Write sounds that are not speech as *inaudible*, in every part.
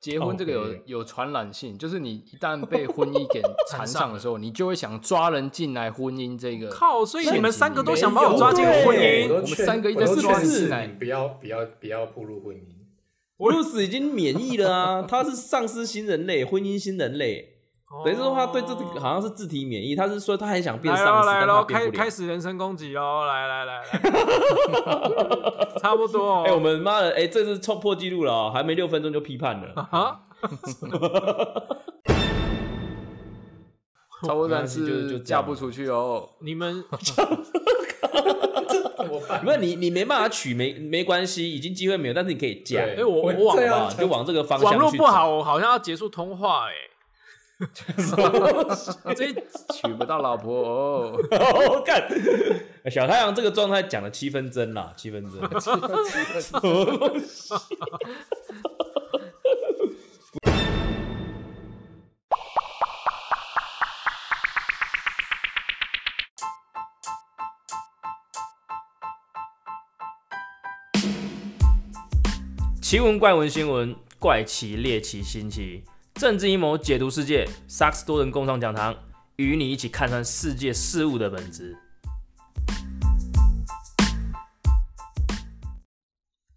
结婚这个有 OK 有传染性，就是你一旦 *laughs* 被婚姻给缠上的时候，你就会想抓人进来婚姻这个。靠！所以你们三个都想把有我抓进婚对姻，我都劝我们三个一直我都抓劝你进是来你不要不要不要步入婚姻。我六死已经免疫了啊， *laughs* 他是丧尸新人类，婚姻新人类，哦等于是说他对这个好像是自体免疫，他是说他很想变来丧喽尸，来但他喽，变开不了开。始人身攻击喽！来来 *laughs* 来来，差不多哦。哎、我们妈的，哎、这是冲破纪录了、哦，还没六分钟就批判 *laughs* 了。啊，超过但没关系就是就这样啊嫁不出去哦。你们我爸没有你，你没办法取，没没关系，已经机会没有，但是你可以加，对哎我会我往这啊，样就往这个方向去网走。络不好，我好像要结束通话 *laughs* 哎。这一娶不到老婆哦， *laughs* 哦， *laughs* 干！哎小太阳这个状态讲了七分真啦，七分真，什么东西？奇闻怪闻新闻，怪奇猎奇新奇，政治阴谋解读世界，萨克斯多人共创讲堂。与你一起看穿世界事物的本质。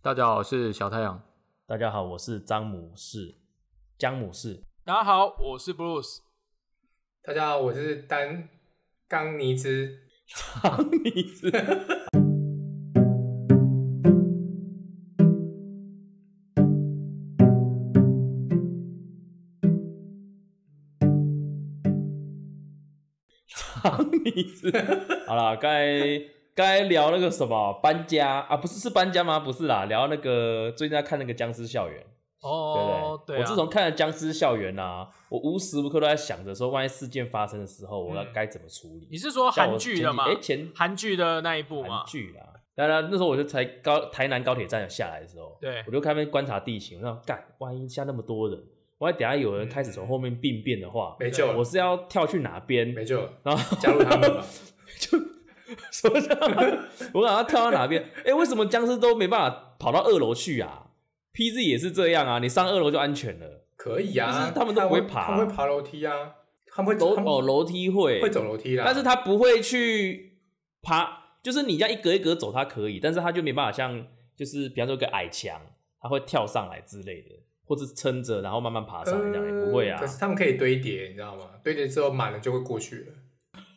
大家好，我是小太阳。大家好，我是张姆士，姜姆士。 *laughs* 大家好，我是 Bruce。大家好，我是丹冈尼兹。你是长椅子。 *laughs* 好啦，该该聊那个什么搬家啊？不是是搬家吗？不是啦，聊那个最近在看那个《僵尸校园》。哦，对不对？对啊，我自从看了《僵尸校园》啊，我无时无刻都在想着说，万一事件发生的时候，我要嗯该怎么处理？你是说韩剧的吗哎，？诶前韩剧的那一部吗韩？剧啦。当然，那时候我就才高台南高铁站下来的时候，对我就开始观察地形，我想干，万一下那么多人，万一等下有人开始从后面病变的话，没救了我是要跳去哪边？没救了，然后 *laughs* 加入他们吧。就什么叫？我想要跳到哪边？哎、为什么僵尸都没办法跑到二楼去啊？PZ 也是这样啊，你上二楼就安全了。可以啊，但是他们都不会爬他们会爬楼梯啊，他们会楼他们哦楼梯会会走楼梯啊啦。但是他不会去爬，就是你这样一格一格走，他可以，但是他就没办法像就是比方说有个矮墙，他会跳上来之类的，或者撑着然后慢慢爬上来这呃样、也不会啊呃可。是他们可以堆叠，你知道吗？堆叠之后满了就会过去了。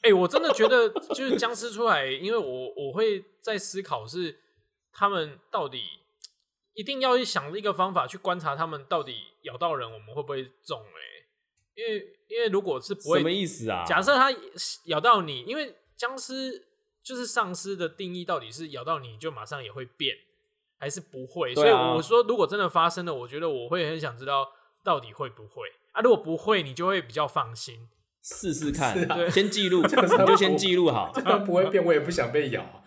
哎、我真的觉得就是僵尸出来，因为我我会在思考是他们到底一定要想一个方法去观察他们到底咬到人，我们会不会中、欸？因为因为如果是不什么会，意思啊？假设它咬到你，因为僵尸就是丧尸的定义到底是咬到你就马上也会变，还是不会？所对以啊我说，如果真的发生了，我觉得我会很想知道到底会不会啊？如果不会，你就会比较放心。试试看，是啊对先 *laughs* 记录，样是你就先记录好。他不会变，我也不想被咬啊。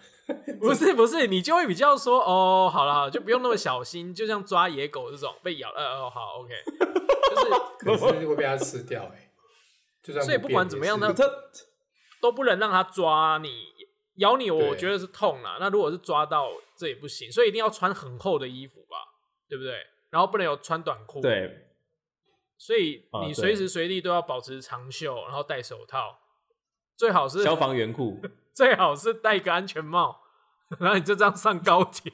不是不是，你就会比较说哦，好了好了，就不用那么小心，就像抓野狗这种被咬了，呃哦好，OK， *laughs* 可是会被它吃掉哎、欸。就算所以不管怎么样呢呢，他都不能让它抓你，咬你我对觉得是痛啦。那如果是抓到，这也不行，所以一定要穿很厚的衣服吧，对不对？然后不能有穿短裤，，对所以啊你对随时随地都要保持长袖，然后戴手套，最好是消防员库， *laughs* 最好是戴一个安全帽，然后你就这样上高铁。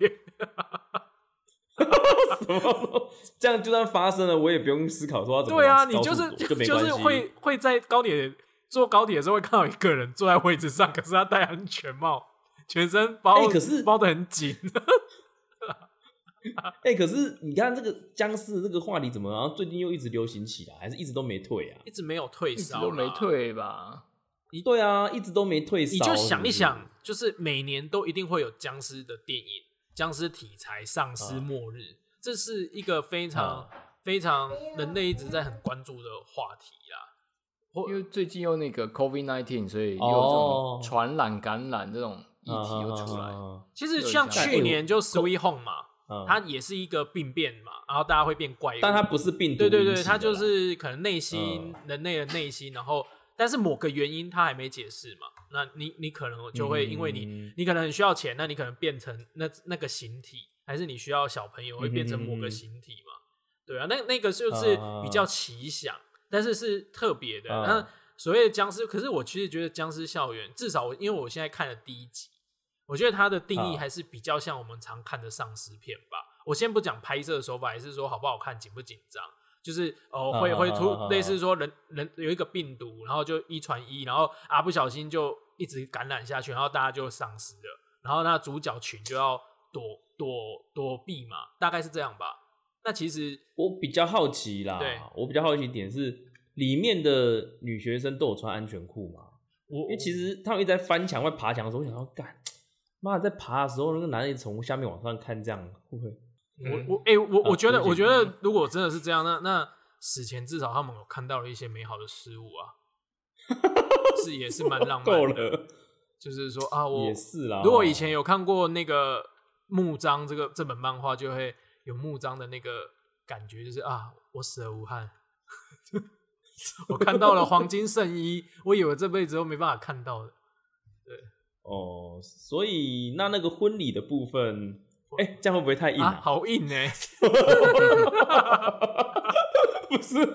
什么这样就算发生了，我也不用思考说要怎么对啊，往你高处就是躲就没是关系会会在高铁坐高铁的时候会看到一个人坐在位置上，可是他戴安全帽，全身包、哎可是包的很紧。哎、可是你看这个僵尸这个话题怎么，然后最近又一直流行起来，还是一直都没退啊？一直没有退一直烧，都没。退吧？对啊，一直都没退烧。你就想一是啊想，就是每年都一定会有僵尸的电影、僵尸题材、丧尸啊末日，这是一个非不是，常、非常人类一直在很关注的话题啊啦。因为最近又那个 COVID nineteen，所以又有这哦种传染、感染这种议啊题又出来。其实像有一项去年就 Sweet Home 嘛，嗯它也是一个病变嘛，然后大家会变怪物。但它不是病毒啊对引起的啦，对对，他就是可能内心、嗯人类的内心，然后但是某个原因他还没解释嘛，那你你可能就会因为你、嗯你可能很需要钱，嗯那你可能变成那那个形体，还是你需要小朋友会变成某个形体嘛？对啊，那那个就是啊比较奇想，但是是特别的。啊那所谓的僵尸，可是我其实觉得僵尸校园，至少我因为我现在看了第一集，我觉得它的定义啊还是比较像我们常看的丧尸片吧。我先不讲拍摄的手法，还是说好不好看、紧不紧张，就是哦啊会啊会啊啊啊突类似说人人有一个病毒，然后就一传一，然后啊不小心就一直感染下去，然后大家就丧尸了，然后那主角群就要躲躲躲避嘛，大概是这样吧。那其实我比较好奇啦，对我比较好奇一点是里面的女学生都有穿安全裤吗？我因为其实他们一直在翻墙、外爬墙的时候，我想要干，妈的在爬的时候，那个男的一直从下面往上看，这样会不会？我嗯我哎、我啊我觉得，对不我起觉得如果真的是这样，那那死前至少他们有看到了一些美好的事物 *laughs* 啊，是也是蛮浪够漫的。了，就是说啊，我也是啦。如果以前有看过那个木章这个这本漫画，就会有木章的那个感觉，就是啊，我死而无憾。 *laughs* 我看到了黄金圣衣，我以为这辈子都没办法看到的。哦，所以那那个婚礼的部分，哎、这样会不会太硬啊，好 *laughs* 硬呢、不是，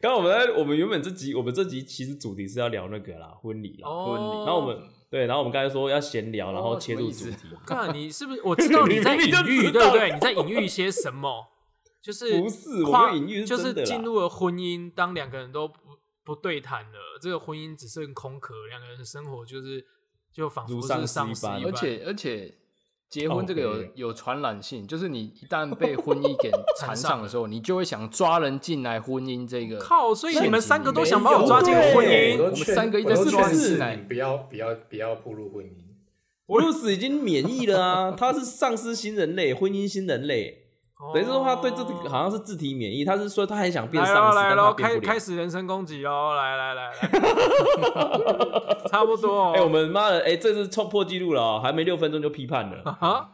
刚刚我们在我们原本这集，我们这集其实主题是要聊那个啦，婚礼啦。哦，婚礼然后我们对，然后我们刚才说要闲聊，然后切入主什么意题。看啊你是不是？我知道你在隐 *laughs* 你明明就喻，知道对不对？你在隐喻一些什么？就是不是我跨没有隐喻是就真的是啦进入了婚姻，当两个人都不不对谈了，这个婚姻只剩空壳，两个人的生活就是就仿佛如是丧丧尸一尸般一而般。且而且结婚这个有 OK 有传染性，就是你一旦 *laughs* 被婚姻给缠上缠上的了时候，你就会想抓人进来婚姻这个。靠！所以你们三个都想把没有我抓进对婚对姻，我们三个一直直在抓抓是进来你不要不要不要步入婚姻。我露死已经免疫了啊，他是丧尸新人类，婚姻新人类，等于是说他对这个好像是自体免疫，他是说他很想变来丧喽尸，来但他喽，变开不了开。始人身攻击喽！来来 *laughs* 来来，差不多哦。哎、我们妈的，哎、这是冲破纪录了、哦，还没六分钟就批判了。 *laughs* 啊，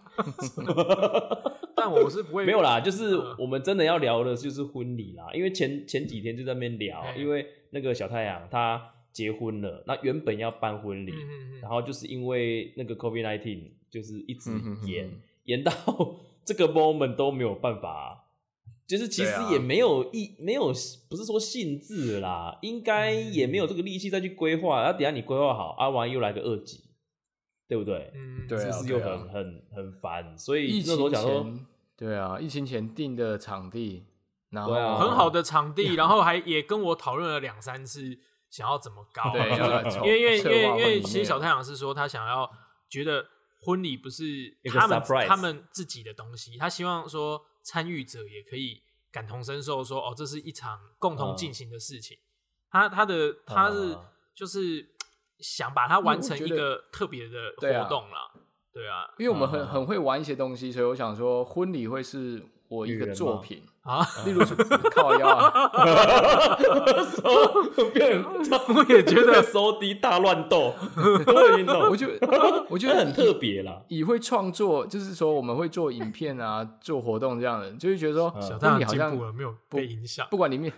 但我是不会没有啦，就是嗯我们真的要聊的就是婚礼啦，因为前前几天就在那边聊，哎因为那个小太阳他结婚了，那原本要办婚礼，嗯嗯嗯然后就是因为那个 COVID nineteen 就是一直嗯哼哼延、哼延到这个 moment 都没有办法、啊就是其实对啊也没有意、没有不是说兴致啦，应该也没有这个力气再去规嗯划，然后等一下你规划好，啊，完又来个二级，对不对？嗯，对啊是不是又对很、啊很很烦？所以疫那时候情想说。前，对啊，疫情前定的场地，然后对啊很好的场地， *laughs* 然后还也跟我讨论了两三次，想要怎么搞。啊对，就是要 *laughs* 来筹因为因为因策为划因婚为礼其内实小容太阳是说他想要觉得婚礼不是一个他们 surprise 他们自己的东西，他希望说参与者也可以感同身受说哦，这是一场共同进行的事情。他他的他是啊就是想把它完成因为一我觉得个特别的对啊活动啦，对啊因为我们很嗯很会玩一些东西，所以我想说婚礼会是我一女人个吗作品， *laughs* 啊，例如说靠腰啊，变啊 *laughs* 我也觉得 *laughs* 收低大乱斗，都运动，我 *laughs* 就我觉觉得得很特别啦。以会创作，就是说我们会做影片啊，做活动这样的，就会觉得说小太婚阳礼好进步像了，没有被影响。不管里面，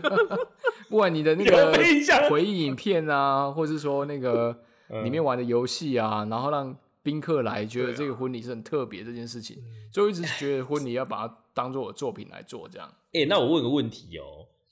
*laughs* 不管你的那有个被影响嗯回忆影片啊，或是说那个里面玩的游戏啊，然后让宾客来觉得对啊这个婚礼是很特别这件事情，嗯就一直觉得婚礼要把它当做我作品来做这样。哎、那我问个问题哦、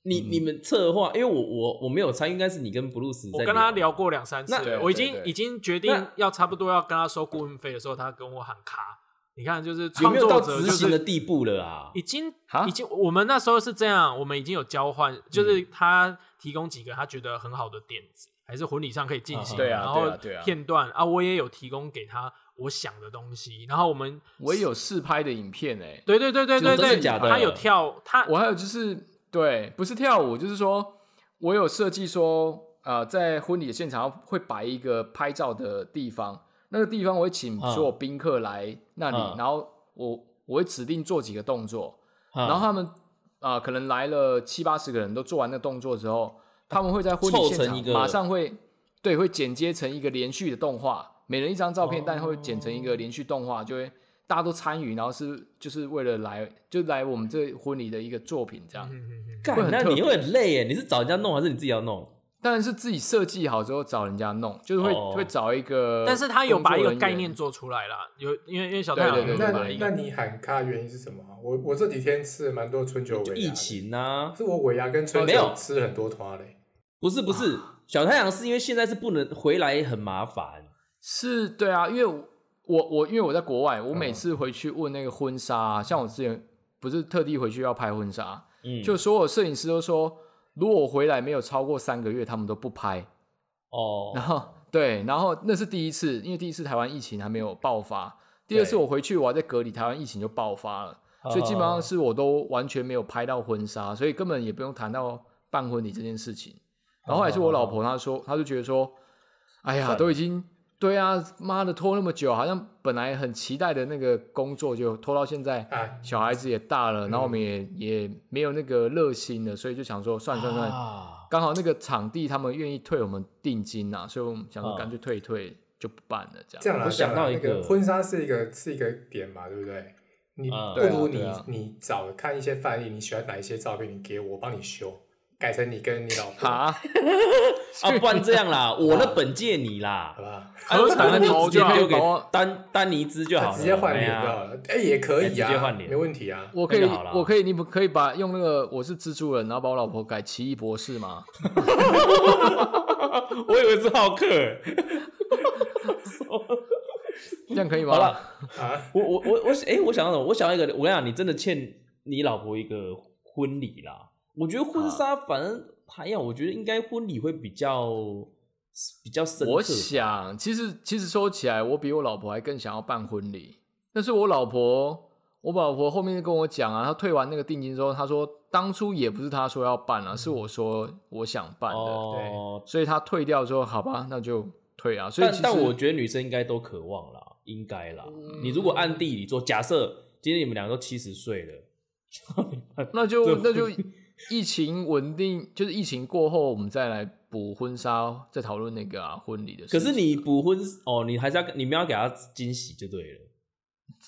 你你们策划，因为我我我没有参与，应该是你跟布鲁斯在我跟他聊，过两三次那对了，我已对经对已经决定那要差不多要跟他收顾问费的时候，他跟我喊卡。你看，就是有创没有作到者执就行的是地步了啊？已经哈已经，我们那时候是这样，我们已经有交换，就是他提供几个他觉得很好的点子，还是婚礼上可以进行的，对啊然对啊后对啊片段啊，我也有提供给他我想的东西，然后我们我也有试拍的影片哎、对对对对真的对对，假的呃他有跳啊他我还有就是，对，不是跳舞，就是说我有设计说，呃，在婚礼的现场会摆一个拍照的地方，那个地方我会请嗯所有宾客来那里，嗯然后我我会指定做几个动作，然然后他们啊、呃可能来了七八十个人都做完那个动作之后，他们会在婚凑礼现成场一个马上会对会剪接成一个连续的动画，每人一张照哦片，但会剪成一个连续动画，就会大家都参与，然后是就是为了来就来我们这婚礼的一个作品这样。嗯嗯嗯干会，很那特你会很累耶，你是找人家弄还是你自己要弄？当然是自己设计好之后找人家弄，就是会、哦会找一个，但是他有把一个概念做。做出来啦，有因为因为小太阳对对有对把对对一个那那你喊咖原因是什么啊？我我这几天吃了蛮多春酒尾牙就的，疫情啊，是我尾牙跟春没有酒吃了很多团嘞。不是不是，小太阳是因为现在是不能回来，很麻烦。是，对啊，因为我我我因为我在国外，嗯我每次回去问那个婚纱、啊，像我之前不是特地回去要拍婚纱，啊嗯，就所有摄影师都说，如果我回来没有超过三个月，他们都不拍。*laughs* 哦然，后对，然后那是第一次，因为第一次台湾疫情还没有爆发，第二次对哦我回去我还在隔离，台湾疫情就爆发了，所以基本上是我都完全没有拍到婚纱，所以根本也不用谈到办婚礼这件事情。然后后来是我老婆，她说，她就觉得说，哎哦算呀，了都已经对啊，妈的拖那么久，好像本来很期待的那个工作就拖到现在，哎小孩子也大了，然后我们嗯也也没有那个热心了，所以就想说，算了算了算了，啊，刚好那个场地他们愿意退我们定金呐、所以我们想说嗯干脆退一退就不办了这样。这样啦，我想这样啦到一那个个婚纱是一个是一个点嘛，对不对？你嗯不如对你、啊对啊你找看一些范例，你喜欢哪一些照片，你给我，我帮你修，改成你跟你老婆，啊，啊，不然这样啦，我的本借你啦好，吧？啊我合成那的你头直接就好丢给把我丹丹尼兹就好他了，啊直接换脸哎就呀好了，哎、也可以哎直啊，接换脸没问 *laughs* 题啊。我可以那就好了，我可以，你不可以把用那个我是蜘蛛人，然后把我老婆改奇异博士 *laughs* 吗？我以为是浩克欸。这样可以吗？好了，啊，我我我我，哎、我想到什么？我想到一个，我跟你讲，你真的欠你老婆一个婚礼啦。我觉得婚纱反正还要，我觉得应该婚礼会比较比较深刻。我想，其实其实说起来，我比我老婆还更想要办婚礼。但是我老婆，我老婆后面跟我讲啊，她退完那个定金之后，她说当初也不是她说要办啊，是我说我想办的，嗯哦，所以她退掉之后，好吧，那就退啊。所以其但实但我觉得女生应该都渴望啦，应该啦。你如果按地理做，假设今天你们两个都七十岁了，那这就不那就疫情稳定，就是疫情过后，我们再来补婚纱，再讨论那个啊婚礼的事可情。是你补婚哦，你还是要你们要给她惊喜就对了。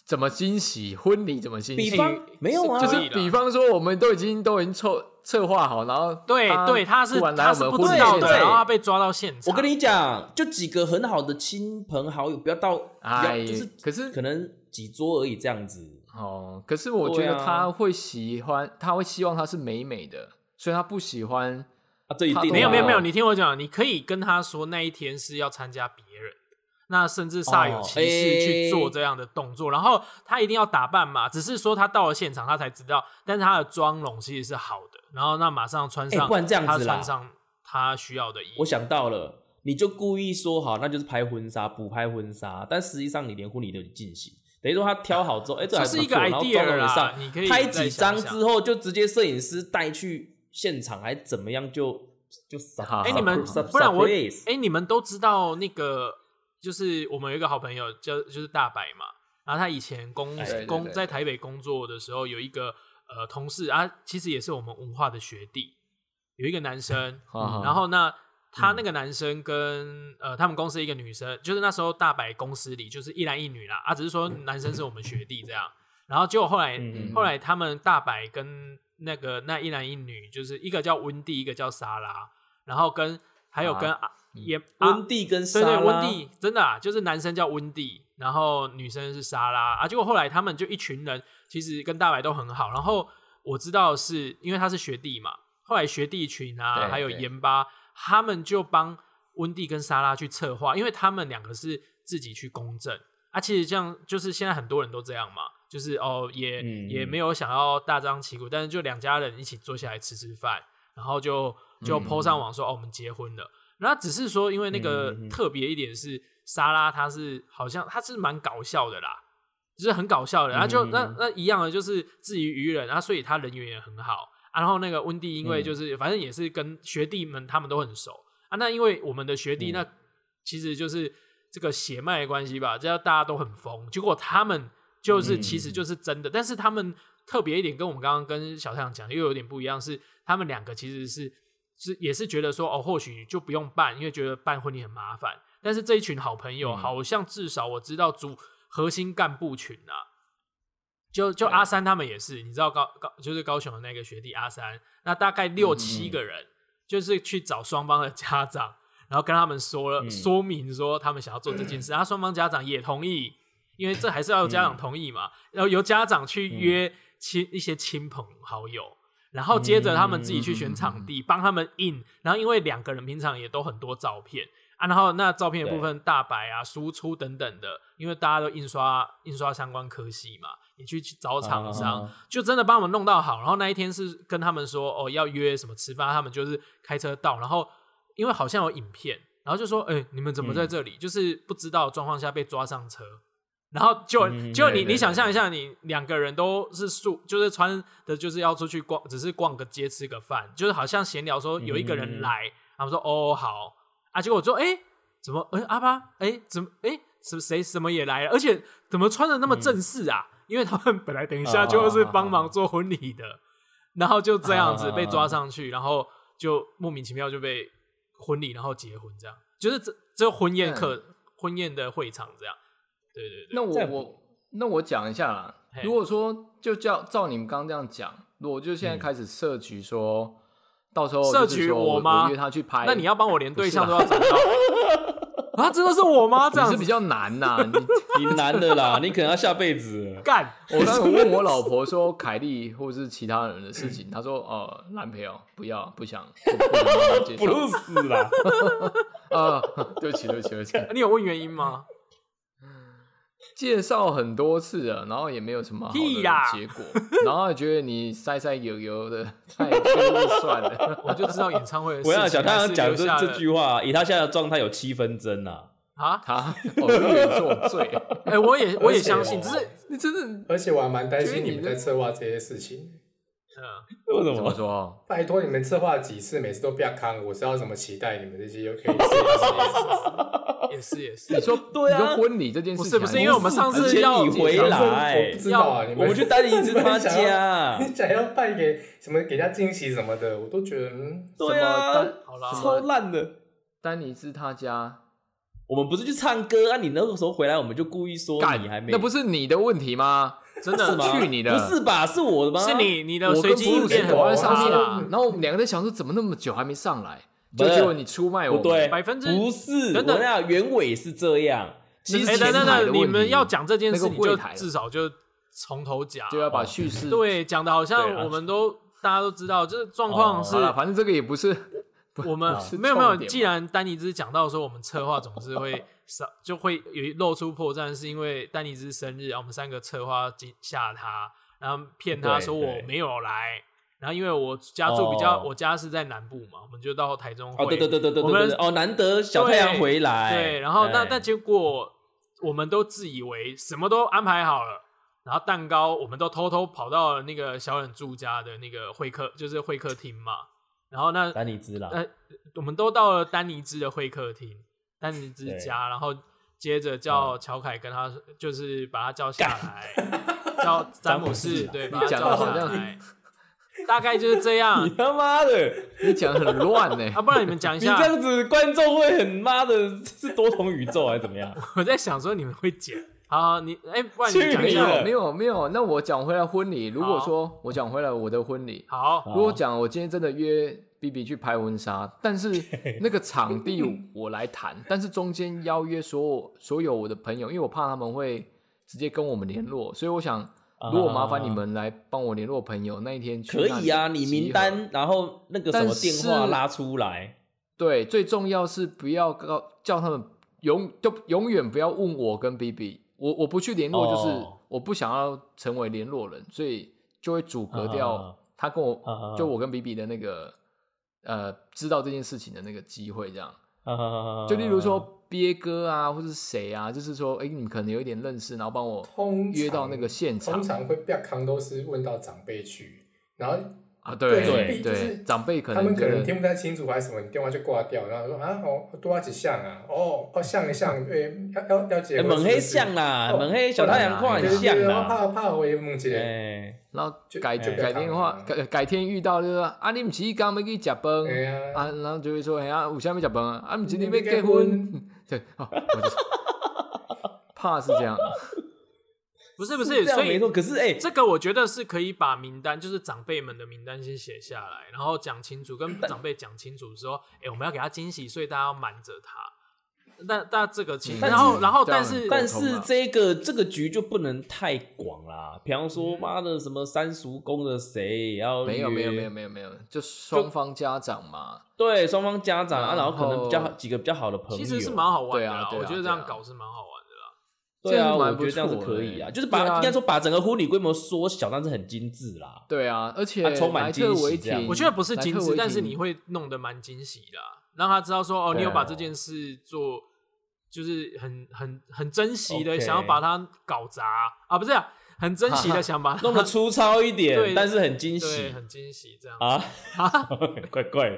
怎么惊喜？婚礼怎么惊比喜？方没有啊，就可是以啦比方说，我们都已经都已经策策划好，然后对对，他是突然来他我是们不婚知礼道现的，场哦对然后他被抓到现场。我跟你讲，就几个很好的亲朋好友，不要到，不要哎，就是可是可能几桌而已这样子。哦，可是我觉对得啊他会喜欢，他会希望她是美美的，所以他不喜欢啊，这一定他的没对有啊没有没有，你听我讲，你可以跟他说那一天是要参加别人的，那甚至煞有其事去做这样的动作，然后他一定要打扮嘛，只是说他到了现场他才知道，但是他的妆容其实是好的，然后那马上穿上，哎不然这样子啦他穿上他需要的衣我服，想到了，你就故意说好，那就是拍婚纱，补拍婚纱，但实际上你连婚礼都已经进行。等于说他挑好之后，哎、这还这不错，是一个然后 idea 妆容也啦上，你可以拍再几想张想之后就直接摄影师带去现场，还怎么样就就好哎哎、你们好不然我哎、你们都知道那个，就是我们有一个好朋友叫就是大白嘛，然后他以前工哎对对工对在台北工作的时候，有一个呃同事啊，其实也是我们文化的学弟，有一个男生，啊嗯然后那他那个男生跟呃他们公司一个女生，就是那时候大白公司里就是一男一女啦，啊，只是说男生是我们学弟这样，然后结果后来、嗯嗯哎后来他们大白跟那个那一男一女，就是一个叫温蒂，一个叫莎拉，然后跟还有跟啊啊也啊嗯温蒂跟莎对对，拉，温蒂真的啊，就是男生叫温蒂，然后女生是莎拉啊。结果后来他们就一群人，其实跟大白都很好。然后我知道是因为他是学弟嘛，后来学弟群啊，对还有对盐巴，他们就帮温蒂跟莎拉去策划，因为他们两个是自己去公证啊。其实这样就是现在很多人都这样嘛，就是哦也、嗯也没有想要大张旗鼓，但是就两家人一起坐下来吃吃饭，然后就就嗯 PO 上网说、哦我们结婚了。然后只是说，因为那个嗯嗯嗯特别一点是莎拉，她是好像她是蛮搞笑的啦，就是很搞笑的。然后就嗯嗯那嗯那一样的，就是至于愚人，然后所以她人缘也很好啊。然后那个温蒂，因为嗯就是反正也是跟学弟们他们都很熟啊。那因为我们的学嗯弟，那其实就是这个血脉的关系吧，这样大家都很疯。结果他们就是嗯其实嗯就是真的，但是他们特别一点，跟我们刚刚跟小太阳讲的又有点不一样，是他们两个其实是是也是觉得说哦，或许就不用办，因为觉得办婚礼很麻烦。但是这一群好朋友，嗯好像至少我知道主核心干部群啊，就就阿三他们也是，你知道高高就是高雄的那个学弟阿三，那大概六七个人，就是去找双方的家长，然后跟他们说了、嗯说明说他们想要做这件事，然啊后双方家长也同意，因为这还是要有家长同意嘛，然后由家长去约亲、一些亲朋好友，然后接着他们自己去选场地，帮、他们印，然后因为两个人平常也都很多照片。啊，然后那照片的部分大白啊、输出等等的，因为大家都印刷印刷相关科系嘛，你去找厂商，啊就真的帮我们弄到好。然后那一天是跟他们说哦要约什么吃饭，他们就是开车到，然后因为好像有影片，然后就说哎、你们怎么在这里？就是不知道的状况下被抓上车，然后就嗯就对你对你想象一下，你两个人都是素，就是穿的就是要出去逛，只是逛个街吃个饭，就是好像闲聊说有一个人来，他们说哦好啊，结果我说哎、怎么哎、阿巴哎、怎么哎、什谁什么也来了，而且怎么穿的嗯那么正式啊？因为他们本来等一啊下就是帮忙做婚礼的，然后就这样子被啊抓上去，然后就莫名其妙就被婚礼，然后结婚这样，就是这这婚宴客嗯婚宴的会场这样，对对对，那我这样我那我讲一下啦嘿。如果说就照照你们刚刚这样讲，如果就现在开始设局说，到时候嗯设就是局说我吗？我约他去哎拍，那你要帮我连对象都不要找到啊？真的是我 *laughs* 吗？这你样是子比较难 *laughs* 呐、你你难的啦，你可能要下辈子了。干，我刚才问我老婆说凯莉或是其他人的事 *laughs* 情，她说哦男朋友不要不想不 *laughs* 不想帮她介不绍录死啦！啊，对不起对不起对不 *laughs* 起，你有问原因吗？介绍很多次了，然后也没有什么好屁啦的结果，然后觉得你塞塞油油的，太就算了。 *laughs* 我就知道演唱会的 *laughs* 事我情要还是想留他下了，讲这这句话，以他现在的状态有七分真啊。啊，他哦，有点做罪， *laughs* 哎，我也我也而且相信，我只是 *laughs* 你真的而且我还蛮担觉得心你你们这在策划这些事情。嗯，为什怎么么？说？拜托你们策划几次，每次都不要康，我知道怎么期待你们 *laughs* 这些又可以试一试。也是也是 *laughs* 你， *laughs* 说对啊你说婚礼这件事不情是还，不是因为我们上之次前要你回来我不，知道啊，你哎我们们去丹尼斯他你们 *laughs* 想 *laughs* 家啊要，你想要办给什么给人家惊喜什么的，我都觉得嗯，对啊什么，好啦什么超烂的。丹尼斯他家我们不是去唱歌啊？你那个时候回来，我们就故意说干你还，没，那不是你的问题吗？真的是吗？去你的不是吧？是我的吗？是你你的我随跟机布应鲁斯变很躲在多上面啦啊，，然后我们两个在想说，怎么那么久还没上来？不就是结果你出卖我不们，对，百分之不是。等等我那原委是这样，其实哎，前等等台的等，问你们题要讲这件事，那个你就柜台啊至少就从头讲，就要把叙事对讲的好对啊像我们都大家都知道，这状况哦是好了，反正这个也不是我们不是没有没有，重点嘛既然丹尼兹讲到说我们策划总是会少，就会有一露出破绽，是因为丹尼兹生日，啊然后我们三个策划惊吓他，然后骗他对说对我没有来，然后因为我家住比较，哦我家是在南部嘛，我们就到台中会哦，对对对对对我对们对，哦，难得小太阳回来，对，然后那哎那结果我们都自以为什么都安排好了。然后蛋糕，我们都偷偷跑到了那个小忍住家的那个会客，就是会客厅嘛。然后那丹尼兹啦，呃，我们都到了丹尼兹的会客厅，丹尼兹家，然后接着叫乔凯跟他，就是把他叫下来，叫詹詹姆姆士，士对，你把他讲叫得下好像来，大概就是这样你他妈的，你讲得很乱呢、 *laughs* 啊，不然你们讲一你这下，样子观众会很妈的，是多重宇宙还是怎么 *laughs* 样？我在想说你们会剪，好好，你哎，不然你去讲一没你下，的有没有没有，那我讲回来婚礼，如果好说我讲回来我的婚礼，好，啊如果讲我今天真的约 B B 去拍婚纱，但 *laughs* 是那个场地我来谈， *laughs* 但是中间邀约所有所有我的朋友，因为我怕他们会直接跟我们联络，所以我想，如果麻烦你们来帮我联络朋友，那一天去啊可那以里啊，你集名合单，然后那个什么但是电话拉出来，对，最重要是不要告叫他们永都永远不要问我跟 B B，我我不去联络，就是哦我不想要成为联络人，所以就会阻隔啊掉他跟我、啊嗯就我跟 B B 的那个呃知道这件事情的那个机会，这样。啊就就例如嗯说憋哥啊，或是谁啊，就是说，哎、你们可能有一点认识，然后帮我通常约到那个现场通常会不要康都是问到长辈去，然后啊，对对就是长辈可他能们可觉能得听不太清楚还是什么，你电话就挂掉，然后说啊哦多几项啊，哦哦像一啊项，对，要要要结哎婚猛黑像像啦，哦猛黑小太阳跨很对像对，我啦，怕怕我也梦见，哎，然后就改就不要改看天了话改改天遇到就是说啊，你不是刚要去食饭，哎呀，啊，然后就会说，哎呀，有啥要食饭啊？啊，不是你要你要结结 *laughs* 婚？对，哦，我就是怕是这样，不是不是是，这样所以没错。可是哎、这个我觉得是可以把名单，就是长辈们的名单先写下来，然后讲清楚，跟长辈讲清楚说，哎、我们要给他惊喜，所以大家要瞒着他。但但这个嗯其实，然后但是然后这样但是沟通但啊是这个这个局就不能太广啦，比方说妈的什么三叔公的谁，然 *laughs* 后嗯没有约没有没有没有没有，就双方家长嘛，对双方家长啊，然然后可能比较后好几个比较好的朋友，啊其实是蛮好玩的啦，对啊对啊我觉得这样对啊搞是蛮好玩的啦。对这啊，样我蛮觉不得这样是错可的以啊，欸就是把对啊应该说把整个婚礼规模缩小，但是很精致啦。对啊，而且啊充满莱惊特喜维这样廷，嗯我觉得不是莱惊特喜维，但是廷 *laughs* 你会弄得蛮惊喜的啊、让他知道说哦，你有把这件事做，就是很很很珍惜的 OK 想要把它搞砸啊，不是啊、很珍惜的想把它弄得粗糙一点对，但是很惊对，喜很惊喜这样。啊， *laughs* 怪怪的，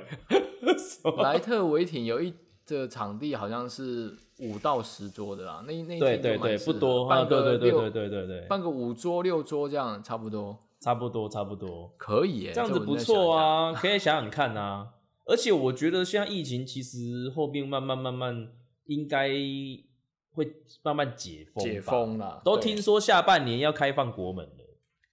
什 *laughs* 么莱特维廷有一的场地好像是五到十桌的啦，那那一对天对就蛮对，适不合多，啊办对个对对六对对对对，办个五桌六桌这样差不多，差不多差不多。可以耶，这样子我不再想一错下。啊，可以想想看啊。而且我觉得像疫情，其实后面慢慢慢慢应该会慢慢解封吧，解封啦，都对听说下半年要开放国门了。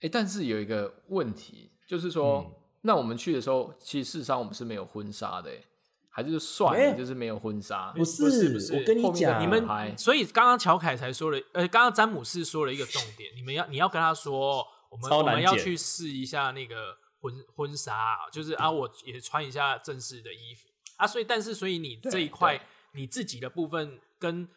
哎、但是有一个问题，就是说，嗯那我们去的时候，其实事实上我们是没有婚纱的、欸，还是就算没了，有就是没有婚纱。不不是不是我跟你后面的讲，你品牌们，所以刚刚乔凯才说了，呃，刚刚詹姆斯说了一个重点，你们要你要跟他说，我们超我难们要剪去试一下那个婚婚纱啊，就是啊，我也穿一下正式的衣服啊，所以但是所以你这一块对你自己的部分跟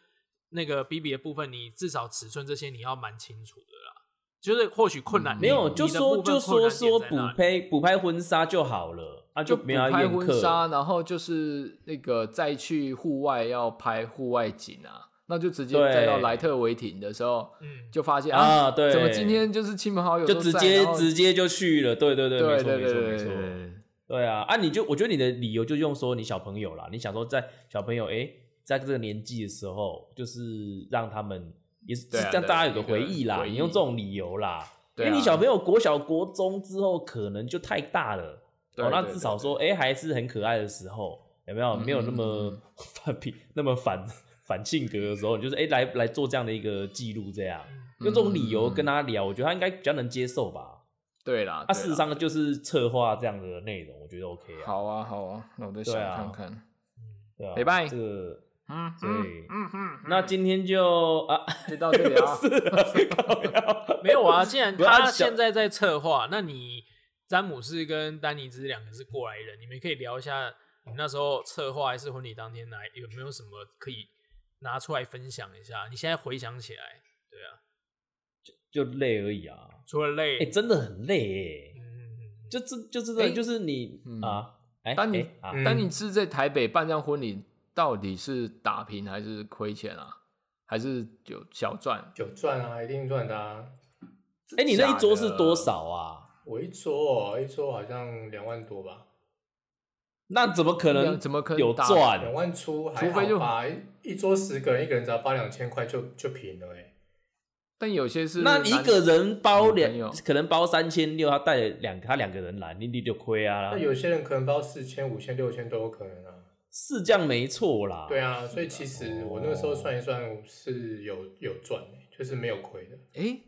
那个 B B 的部分，你至少尺寸这些你要蛮清楚的啦，就是或许困难嗯没有你就你的说部分就困说难说点在补哪里拍补拍婚纱就好了，啊就补没有要拍宴婚客。纱，然后就是那个再去户外要拍户外景啊，那就直接对再到莱特维廷的时候，嗯，就发现啊啊，对怎么今天就是亲朋好友就都直在接然后直接就去了，对对对，没对错对没对错对没对错，对，对啊，啊，你就我觉得你的理由就用说你小朋友啦，你想说在小朋友哎、诶在这个年纪的时候，就是让他们也是对啊让大家有对个啊回忆啦，有个回忆你用这种理由啦，对啊因为你小朋友国小国中之后可能就太大了，对哦，那对至少说哎、诶还是很可爱的时候，有没有没有那嗯么 *laughs* 反皮、那么反 *laughs* 反性格的时候，你就是哎、诶来来做这样的一个记录，这样嗯用这种理由跟他聊，我觉得他应该比较能接受吧。对啦，啊，对事实啦上就是策划这样的内容，我觉得 OK 啊。，好啊好啊，那我再想对啊看看，对啊，礼拜这个，嗯，所以，嗯哼，那今天就啊，，就到这里啊 *laughs* *laughs* 是靠腰没有啊，既然不要他想现在在策划，那你詹姆斯跟丹尼兹两个是过来人，你们可以聊一下你们那时候策划还是婚礼当天来有没有什么可以拿出来分享一下？你现在回想起来，对啊，就累而已啊。除了累，哎，真的很累嗯哎，嗯嗯就真就真的哎就是你嗯啊，哎，当你哎啊，嗯但你是在台北办这样婚礼，到底是打平还是亏钱啊？还是有小赚？有赚啊，一定赚的啊。哎，你那一桌假是的多？少啊？我一桌哦，一桌好像两万多吧，那怎么可能？怎么可能有打两赚？万出还除好非就吧，一一桌十个人，一个人只要八两千块就就平了哎、但有些是那一个人包男朋两友，可能包三千六，他带了两个，他两个人来，你你就亏啊那。有些人可能包四千、五千、六千都有可能啊。是这样没错啦。对啊，所以其实我那个时候算一算是有有赚的、就是没有亏的。哎、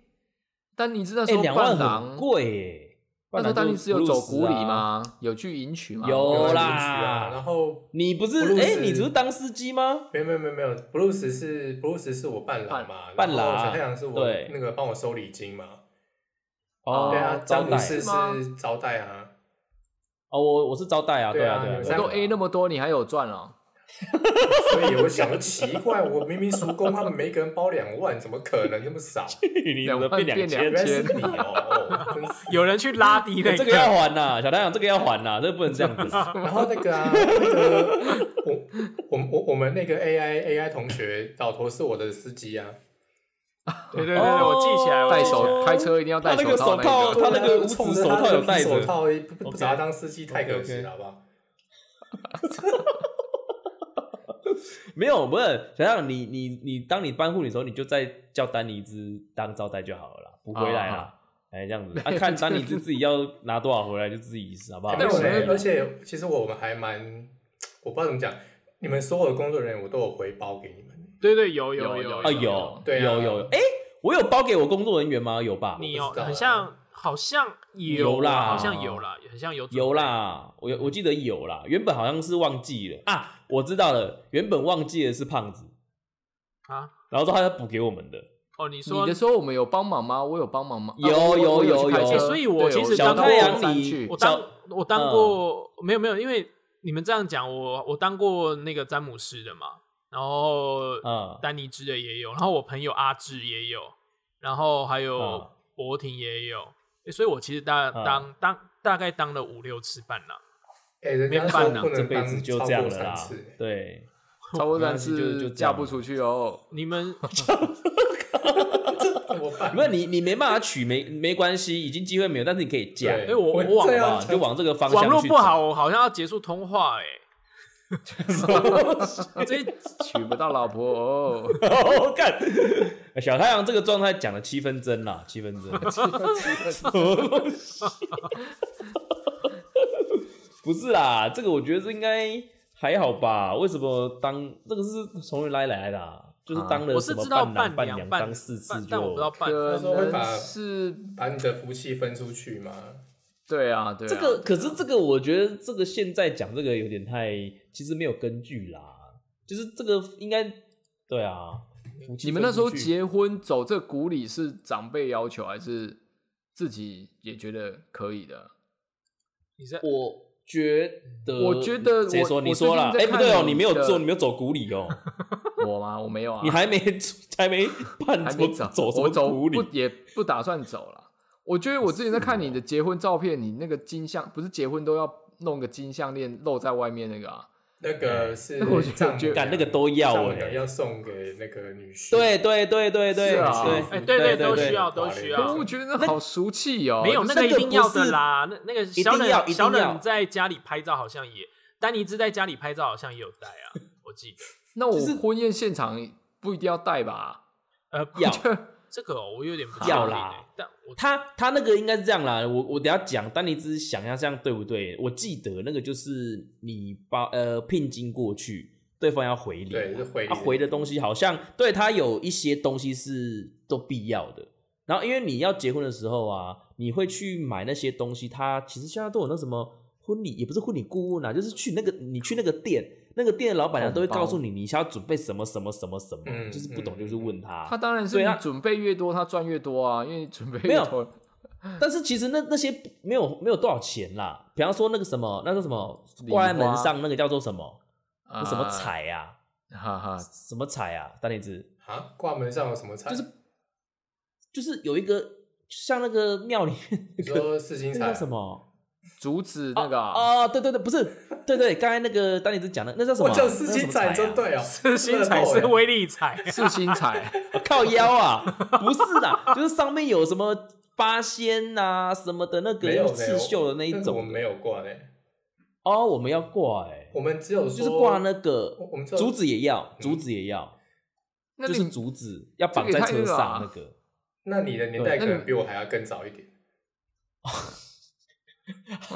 但你知道哎，说两伴万郎很贵哎。那时候丹尼斯有走古礼吗？吗？有去迎娶吗？啊有有啦啊，然后你不是布鲁斯哎、你不是当司机吗？没有没有没有没有，布鲁斯是布鲁斯是我伴郎嘛，伴伴郎然后小太阳是我对那个帮我收礼金嘛，哦对啊，招詹姆待斯是吗是招待啊，哦，我我是招待啊，对啊啊，我对你们啊，都三 A 那么多，你还有赚哦、所以我想的奇怪，我明明叔公他们每个人包两万，怎么可能那么少？ *laughs* 你怎么两万变变千原两来千是你哦，真是。有人去拉低那哎这个要还呐、小太阳这个要还呐、这个不能这 *laughs* 样子。然后那个啊，那个我我我我们那个 AI AI 同学老头是我的司机啊，对对对，对我记起来，我戴记起来手开车一定要戴他哦那个套、手那铐个 *laughs* 他那个对啊五指冲着手他套有那个戴着手套不不 OK 找他当司机太可惜 OK，OK 了，好不好？没有，不是小太阳，你你你，当你搬护理的时候，你就再叫丹尼兹当招待就好了啦，不回来好啦。哎、这样子，啊，看丹尼兹自己要拿多少回来就自己好不好？ *laughs* 哎但我没们有而且其实我们还蛮，我不知道怎么讲，你们所有的工作人员我都有回包给你们，对对有有有有有啊有有，对啊有有，哎、我有包给我工作人员吗？有吧？你哦不，知道很像，好像有啦啦，好像有啦，很像有准有备，啦，我有我记得有啦，原本好像是忘记了啊，我知道了，原本忘记的是胖子啊，然后之后他要补给我们的，哦，你你说的时候我们有帮忙吗？我有帮忙吗？啊有我有我有去开有车欸所以我对其实到当过太阳山里去我小当我当过、嗯没有没有，因为你们这样讲，我我当过那个詹姆斯的嘛，然后嗯，丹尼之的也有，然后我朋友阿志也有，然后还有嗯博廷也有，欸所以我其实大嗯当当大概当了五六次伴郎。哎、人没家办说啊不这能辈当子就超这样过了三啦次，，对，超过三没关系就次就这样嫁不出去哦。*laughs* 你们怎么办？没有你你没办法娶没没关系，已经机会没有，但是你可以嫁，对哎我我我好往这不好样就往这个方向网络去不走 *laughs* 好，，我好像要结束通话哎、这娶不到老婆 *laughs* 哦，我干，小太阳这个状态讲了七分真啦，七分真， *laughs* 不是啦，这个我觉得这应该还好吧？为什么当这个是从哪里来的啊、就是当了我什是么知道伴伴伴娘伴当四次伴就，但我不知道伴可他说会把能是把你的福气分出去嘛。对啊，对啊，这个可是这个，我觉得这个现在讲这个有点太，其实没有根据啦。就是这个应该对啊，夫妻你们那时候分出去结婚走这古礼是长辈要求还是自己也觉得可以的？你在我觉得，我觉得谁我说我你说啦？哎、最近在不对哦，看你没有你的做，你没有走古里 *laughs* 哦，我吗？我没有啊，你还没还没办还走没走，走什我么走古里不？也不打算走了。我觉得我之前在看你的结婚照片，你那个金项不是结婚都要弄个金项链露在外面那个啊？那个是那我觉得丈母娘哎干那个都要丈母哎娘要送给那个女婿。对对对对对是对啊哎、对对对都需对啊要，对都需对可是要我。觉得那好俗气哦，没有就那是个一个定不要的是啦，那那个小定要冷一小定要冷在家里拍照好像也，丹尼兹在家里拍照好像也有 *laughs* 带啊，我记得。那我婚宴现场不一定要带吧？呃，要这个、哦、我有点不要确定啦欸但我他他那个应该是这样啦，我我等一下讲，丹尼兹想一下这样对不对？我记得那个就是你把呃聘金过去，对方要回礼嘛，对是回礼他、回的东西好像对他有一些东西是都必要的。然后因为你要结婚的时候啊，你会去买那些东西，他其实现在都有那什么婚礼，也不是婚礼顾问啊，就是去那个你去那个店，那个店的老板啊娘都会红包告诉你你需要准备什么什么什么什么，嗯就是不懂嗯就是问他，他当然是对你啊准备越多，他赚越多啊，因为你准备没越有多， *laughs* 但是其实那那些没有没有多少钱啦，比方说那个什么，那个什么礼挂在花门上那个叫做什么，啊那什么，彩啊，哈哈，什么彩啊，丹尼兹，啊，挂门上有什么彩？就是就是有一个像那个庙里 *laughs* 面你说四星那彩叫什？么竹子那个啊，啊？对对对，不是，对对，刚才那个丹尼兹讲的那叫什么我啊？叫四星那彩，叫什么真彩啊，对哦，四星彩是我威 *laughs* 力彩，是新彩，靠腰啊，不是啦，就是上面有什么八仙呐、什么的那个没有刺绣的那一但是我种们没有挂嘞，哦，我们要挂哎、我们只有就说是挂那个我我们知道嗯竹子也要，竹子也要。那就你是竹子要绑在车啊上那个，那你的年代对可那你能比我还要更早一点。哇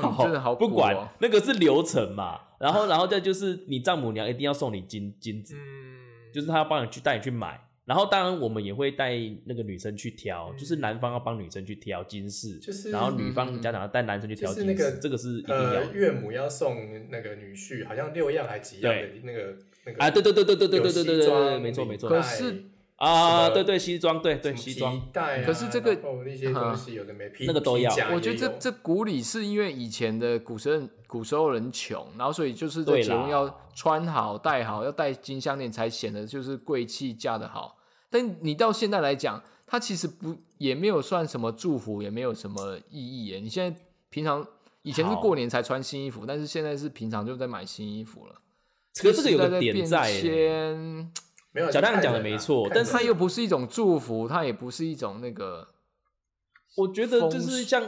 你真的好 *laughs* 不古哦管那个是流程嘛，然后然后再就是你丈母娘一定要送你金金子，嗯，就是她要帮你去带你去买，然后当然我们也会带那个女生去挑，嗯就是男方要帮女生去挑金饰，就是嗯然后女方家长要带男生去挑金饰，就是那个这个是一定要呃，的。岳母要送那个女婿，好像六样还几样的对那个那个啊，对对对对对对对对对有对对，西装没错没错可是啊，什么对对西装，对对什么西装，皮带啊，可是这个然后那些东西有的没皮，那个都要皮夹我觉得也有这这古礼是因为以前的古时候古时候人穷，然后所以就是在对结啦婚要穿好、戴好，要戴金项链才显得就是贵气、嫁得好。但你到现在来讲，它其实不也没有算什么祝福，也没有什么意义耶。你现在平常以前是好过年才穿新衣服，但是现在是平常就在买新衣服了。可是这个有时代个在点变在欸，迁，没有小亮看讲的人啊没错看但人是它又不是一种祝福，它也不是一种那个我觉得风就是俗像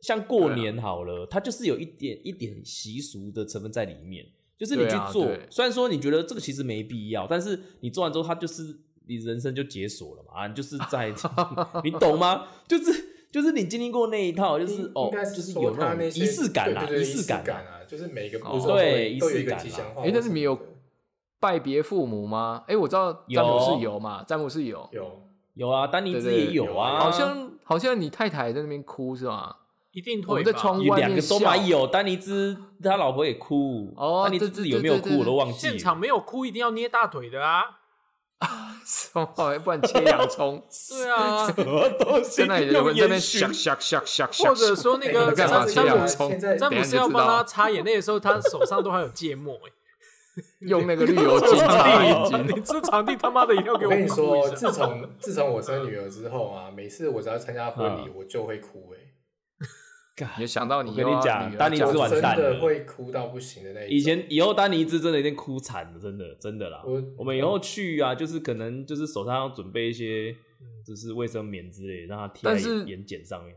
像过对啊年好了，它就是有一点一点习俗的成分在里面。就是你对去啊做，对虽然说你觉得这个其实没必要，但是你做完之后，它就是你人生就解锁了嘛，啊，你就是 *laughs* 在你懂吗？就是就是你经历过那一套，就是应哦应该，就是是说有他种些仪式感啦，对对对式式感啦。啊，就是每个哦步骤都有对都有仪一式个感啊啦吉祥话。哎、但是你有拜别父母吗？哎、我知道有詹姆士有嘛，詹姆士有。有有啊，丹尼兹对对也有啊，好像好像你太太在那边哭是 *laughs* 吗？一定我退们在吧窗有外两面个都笑买有，丹尼兹他老婆也哭，哦丹尼兹对自己有没有对哭对我都忘记了。*laughs* 现场没有哭，一定要捏大腿的啊！什么？哦不然切洋 *laughs* 葱，对啊，什么东西现在有人在那边想想，想想想想，或者说那哎个干嘛詹切现詹洋在姆葱现在 *laughs* 詹姆斯要帮他擦眼泪的时候，他手上都还有芥 *laughs* 末、欸。用那个绿油精场擦眼地，睛， *laughs* 你这场地他妈的一定要给我跟你们哭说，一下。自从 *laughs* 自从我生女儿之后啊，每次我只要参加婚礼，嗯我就会哭哎、你就想到你我跟又你要讲女儿丹尼讲兹完真蛋的了会哭到不行的那一种。以前以后丹尼兹真的一定哭惨了，真的真的啦。我我们以后去啊，就是可能就是手上要准备一些就是卫生棉之类，让他贴在但是眼眼睑上面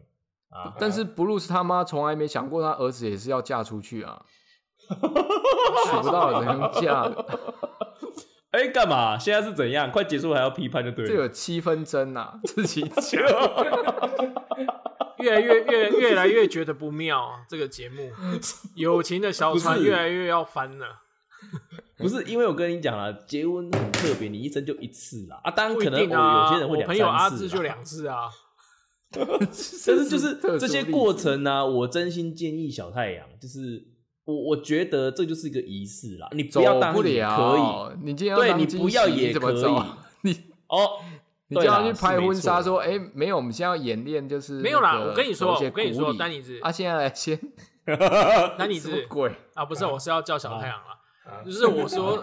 啊。但是布鲁斯他妈从来没想过他儿子也是要嫁出去 *laughs* 啊，娶不到人嫁，哎、干嘛？现在是怎样？快结束还要批判就对这了。有 *laughs* 七分真呐、自己讲。 *laughs* 越来越越越来越觉得不妙啊，这个节目友情的小船不是越来越要翻了。不是因为我跟你讲了，结婚很特别，你一生就一次啦。啊，当然不可一能定我啊，有些人会我两朋友阿三次志啦就两次啊，但是就是特殊这些例子过程呢、我真心建议小太阳，就是我我觉得这就是一个仪式啦，你不走要当不也可以了，你今天要对当你惊不要喜你也怎么可走 *laughs* 以？你 *laughs* 哦。你对就要啦去是拍没婚纱，错说，哎、没有，我们现在要演练就是没有啦那个我跟你说走一些我跟你古说礼丹尼兹啊，现在来 *laughs* 先那你什么是鬼？啊，不是，我是要叫小太阳啦。啊就是我说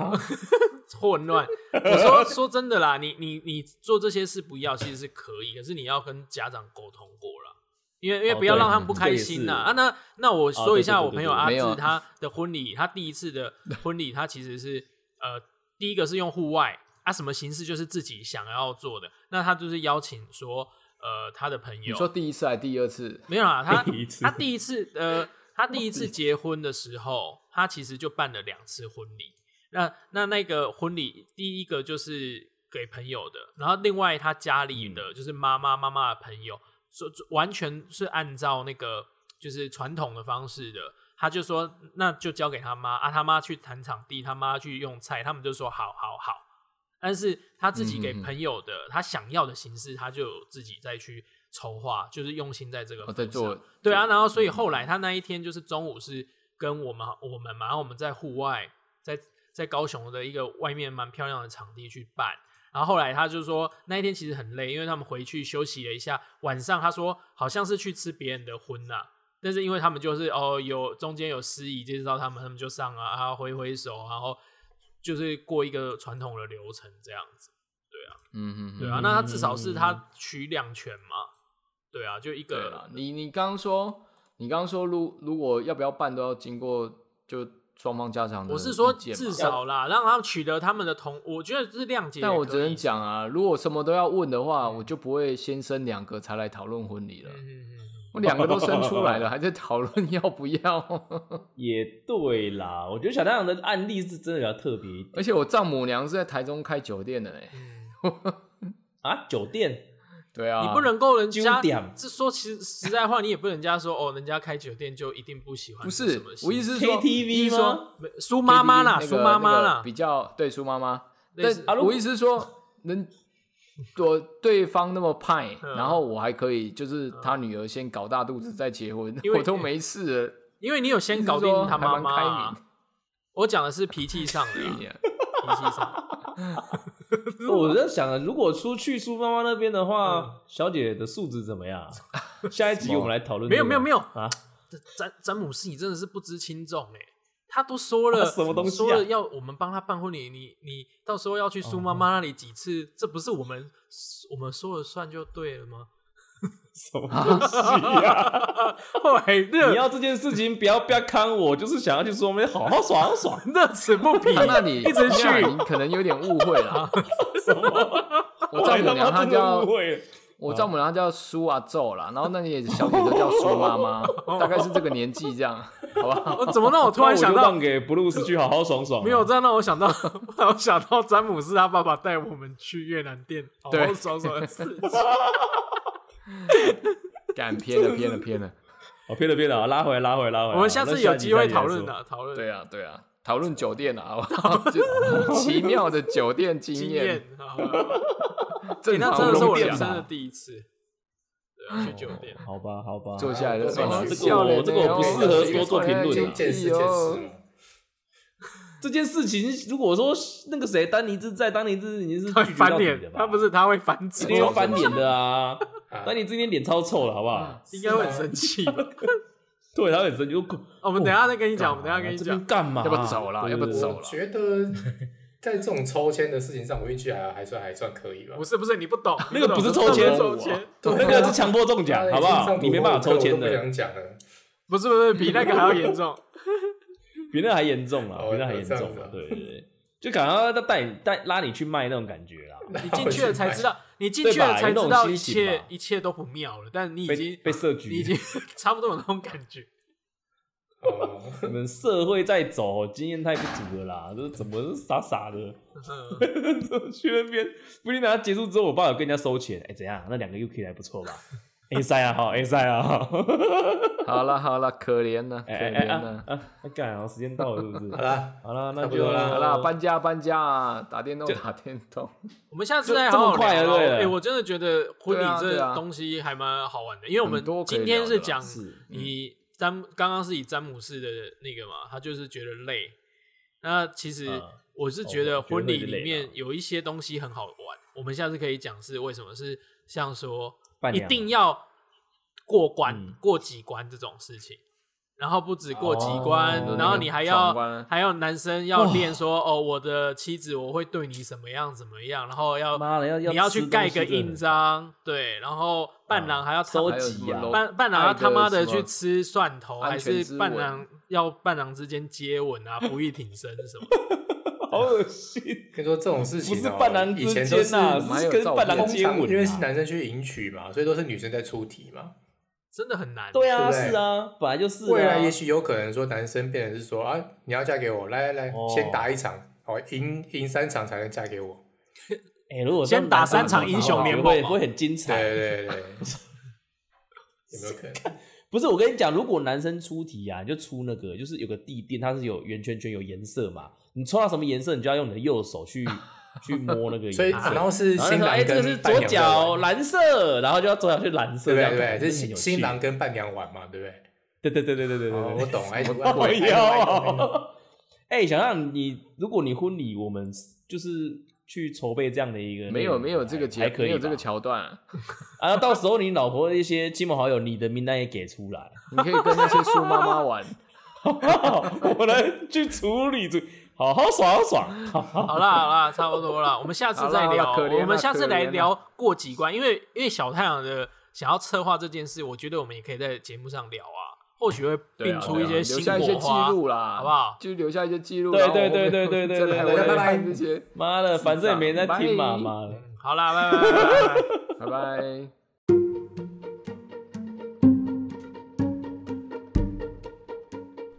*laughs* 混乱， *laughs* 我说说真的啦，你你你做这些事不要，其实是可以，可是你要跟家长沟通过了。因为因为哦不要对让他们不开心呐、啊嗯那那我说一下，哦我对对对朋友阿对对没志有他的婚礼，他第一 *laughs* 次的婚礼，他其实是呃，第一个是用户外啊，什么形式就是自己想要做的。那他就是邀请说，呃，他的朋你友说第一次还是第二次？没有啊，他第一次他第一次呃，他第一次结婚的时候，他其实就办了两次婚礼。那那那个婚礼，第一个就是给朋友的，然后另外他家里的、就是妈妈妈妈的朋友，说说完全是按照那个就是传统的方式的。他就说，那就交给他妈啊，他妈去谈场地，他妈去用菜，他们就说好好好。但是他自己给嗯嗯嗯朋友的、他想要的形式，他就有自己再去筹划，就是用心在这个我在份上做，对啊，然后所以后来他那一天就是中午是跟我们我们嘛，然后我们在户外，在在高雄的一个外面蛮漂亮的场地去办。然后后来他就说那一天其实很累，因为他们回去休息了一下，晚上他说好像是去吃别人的婚呐、但是因为他们就是哦有中间有司仪介绍他们，他们就上啊啊挥挥手，然后就是过一个传统的流程这样子。嗯嗯，对啊，那他至少是他取两全嘛。对啊，就一对个了，你你刚刚说，你刚刚说，如如果要不要办，都要经过就双方家长的我是说，意见嘛至少啦，让他们取得他们的同，我觉得是谅解。但我只能，讲啊，如果什么都要问的话，我就不会先生两个才来讨论婚礼了嗯。嗯嗯，我两个都生出 *laughs* 来了，还在讨论要不要。 *laughs* 也对啦，我觉得小太阳的案例是真的比较特别一点而且我丈母娘是在台中开酒店的嘞。嗯啊。酒店对啊，你不能够人经家典这说其实实在话，你也不能人家说哦，人家开酒店就一定不喜欢不什是么事。我意思是说 KTV 意思说吗？没苏妈妈啦，那个苏妈妈那个啦，比较对苏妈妈。类但似啊我意思是说，能我对方那么派，嗯然后我还可以，就是他女儿先搞大肚子再结婚因，为我都没事了。 *laughs* 因为你有先搞意思定是他说妈还妈蛮开啊明。我讲的是脾气上的啦，脾气上的。我在想啊，如果出去苏妈妈那边的嗯话，小姐的素质怎么样啊？下一 *laughs* 集我们来讨论这没有个。没有没有啊，这詹詹姆斯，你真的是不知轻重哎、他都说啊了什么东西啊说了要我们帮他办婚礼，你你到时候要去苏妈妈那里几哦次，这不是我们我们说了算就对 *laughs* 了吗？什么 *laughs* 东西呀？后来你热要这件事情不要不要看我，就是想要去说我们好好爽好 *laughs* 爽热此不疲，啊啊那你 *laughs* 一直去那你可能有点误会 *laughs* 了。什么？ *laughs* 我 *laughs* 丈母还他娘妈她真的叫误会了，我丈母娘她叫苏阿宙啦，然后那你小姐就叫苏妈 *laughs* 妈，大概是这个年纪这样，好不好？我怎么让我 *laughs* 突然想那我就到让给布鲁斯去好好爽爽啊。没有，这样让我想到， *laughs* 让我想到詹姆斯他爸爸带我们去越南店，好好对爽爽的事情。 *laughs* 啊干偏了偏了偏了，哦，偏了偏了，拉回来拉回来拉回来。我们下那次有集机会再讨论说。的，讨论对啊对啊，讨 *laughs* 论酒店啊，好不好？就奇妙的酒店经经验。验。好吧正哎那常真的是我变人吧生的第一次，对啊，去酒店。好吧，好吧，坐下来了算了，哎啊这呦个我这个我不适笑脸合欸多做评论啊哎。见识哦见识嘛。这件事情，如果说那个谁丹尼兹在，丹尼兹已经是会拒绝翻到底的脸，吧？ *laughs* 他不是他会翻一 *laughs* 桌，定会翻脸的啊！啊丹尼兹今天脸超臭了，好不好？应该会很生气吧。哦对，他很生气，就啊我们等一下再跟你讲，我们等一下跟你这讲边。干嘛？要不要走啦对要不要走我啦觉得在这种抽签的事情上，我运气还还算还算可以吧不。是不是，你不懂，那个不你是懂抽签那不是抽签，对那个是强迫中 *laughs* 奖，好不好？你没办法抽签我都不的，想讲了。不是不是，比那个还要严重。比那还严重啊，哦比那还严重这样子啊啊！对对对，就感觉他带你带拉你去卖那种感觉 *laughs* 啦，你进去了才知道，你进去了才对知吧有那道种一心情切吧一切都不妙了，但你已被经被设局，你已经 *laughs* 差不多有那种感觉。哦，你们社会在走，经验太不足了啦， *laughs* 这怎么傻傻的？ *laughs* 嗯，去那边，不一定等他结束之后，我爸有跟人家收钱。哎、怎样？那两个 UK 还不错 *laughs* 吧？A 赛啊，好 A 赛啊，好好了好了，可怜了，可哎哎哎怜了啊。啊！啊干、啊，时间到了是不是好？啦， *laughs* 好了，那差不就多啦好啦，搬家搬家啊，打电动打电动。我们下次再好好这么快啊聊对哎、我真的觉得婚对礼啊对这啊东西还蛮好玩的，因为我们很多可以今天是聊的啦讲是嗯以詹姆刚刚是以詹姆士的那个嘛，他就是觉得累。那其实嗯我是觉得婚礼里啊面有一些东西很好玩，我们下次可以讲是为什么是像说伴一娘定要过关、嗯过几关这种事情，然后不止过几关，哦然后你还闯要关还要男生要练说哦，我的妻子我会对你怎么样怎么样，然后要妈的要要你要去吃盖东西个真的很印章，对，然后伴郎还要收还有什么集啊楼伴伴郎要他妈的爱的什去么吃蒜头，还安全是之伴吻郎要伴郎之间接吻啊，不易挺身什么的？好恶心，跟你说这种事 Oh, 不情是哦伴郎以之前都间是呐、蛮是有跟照伴片郎通接吻、常啊，因为是男生去迎娶嘛，所以都是女生在出题嘛。真的很难。 *laughs* 对啊，对不对是啊，本来就是、啊。未来也许有可能说男生变成是说啊，你要嫁给我，来来来哦，先打一场，哦，赢赢三场才能嫁给我。哎、如果先打三场当英雄联盟会嘛会很精彩。对对 *laughs* 对，有没有可能？不啊是，我啊跟你讲，如果男生出题啊，你就出那个，就是有个地垫，它是有圆圈圈，有颜色嘛。你抽到什么颜色，你就要用你的右手 *laughs* 去去摸那个颜色。所以然后是然后新说，哎、郎这个跟是左伴娘在脚玩蓝色，然后就要左脚去蓝色，对不这样对对看不真对？是的很有新趣新郎跟伴娘玩嘛，对不对？对对对对对对对哦，对我 *laughs* 懂，哎，我哦懂哟！哎、想让你，如果你婚礼，我们就是去筹备这样的一个内容，哎没有没有这个还节，可以没有这个吧桥段， *laughs* 啊，到时候你老婆的一些亲朋好友，你的名单也给出来，你可以跟那些树妈妈 *laughs* 玩。 *laughs* 我来去处理处，好好爽好爽，好好好啦好啦，差不多啦，我们下次好啦再好啦聊。可怜我们啦下次可来怜啦聊过几关，因为因为小太阳的想要策划这件事，我觉得我们也可以在节目上聊啊，或许会对啊并出一对些啊留新下一些火记花。录啦，好不好就留下一些记录。对然后对我们对对对再来对对我们对看这些。 *laughs* 妈的，反正也没人在听嘛，拜啊妈的。嗯好啦，拜拜拜 *laughs* 拜拜拜。拜拜。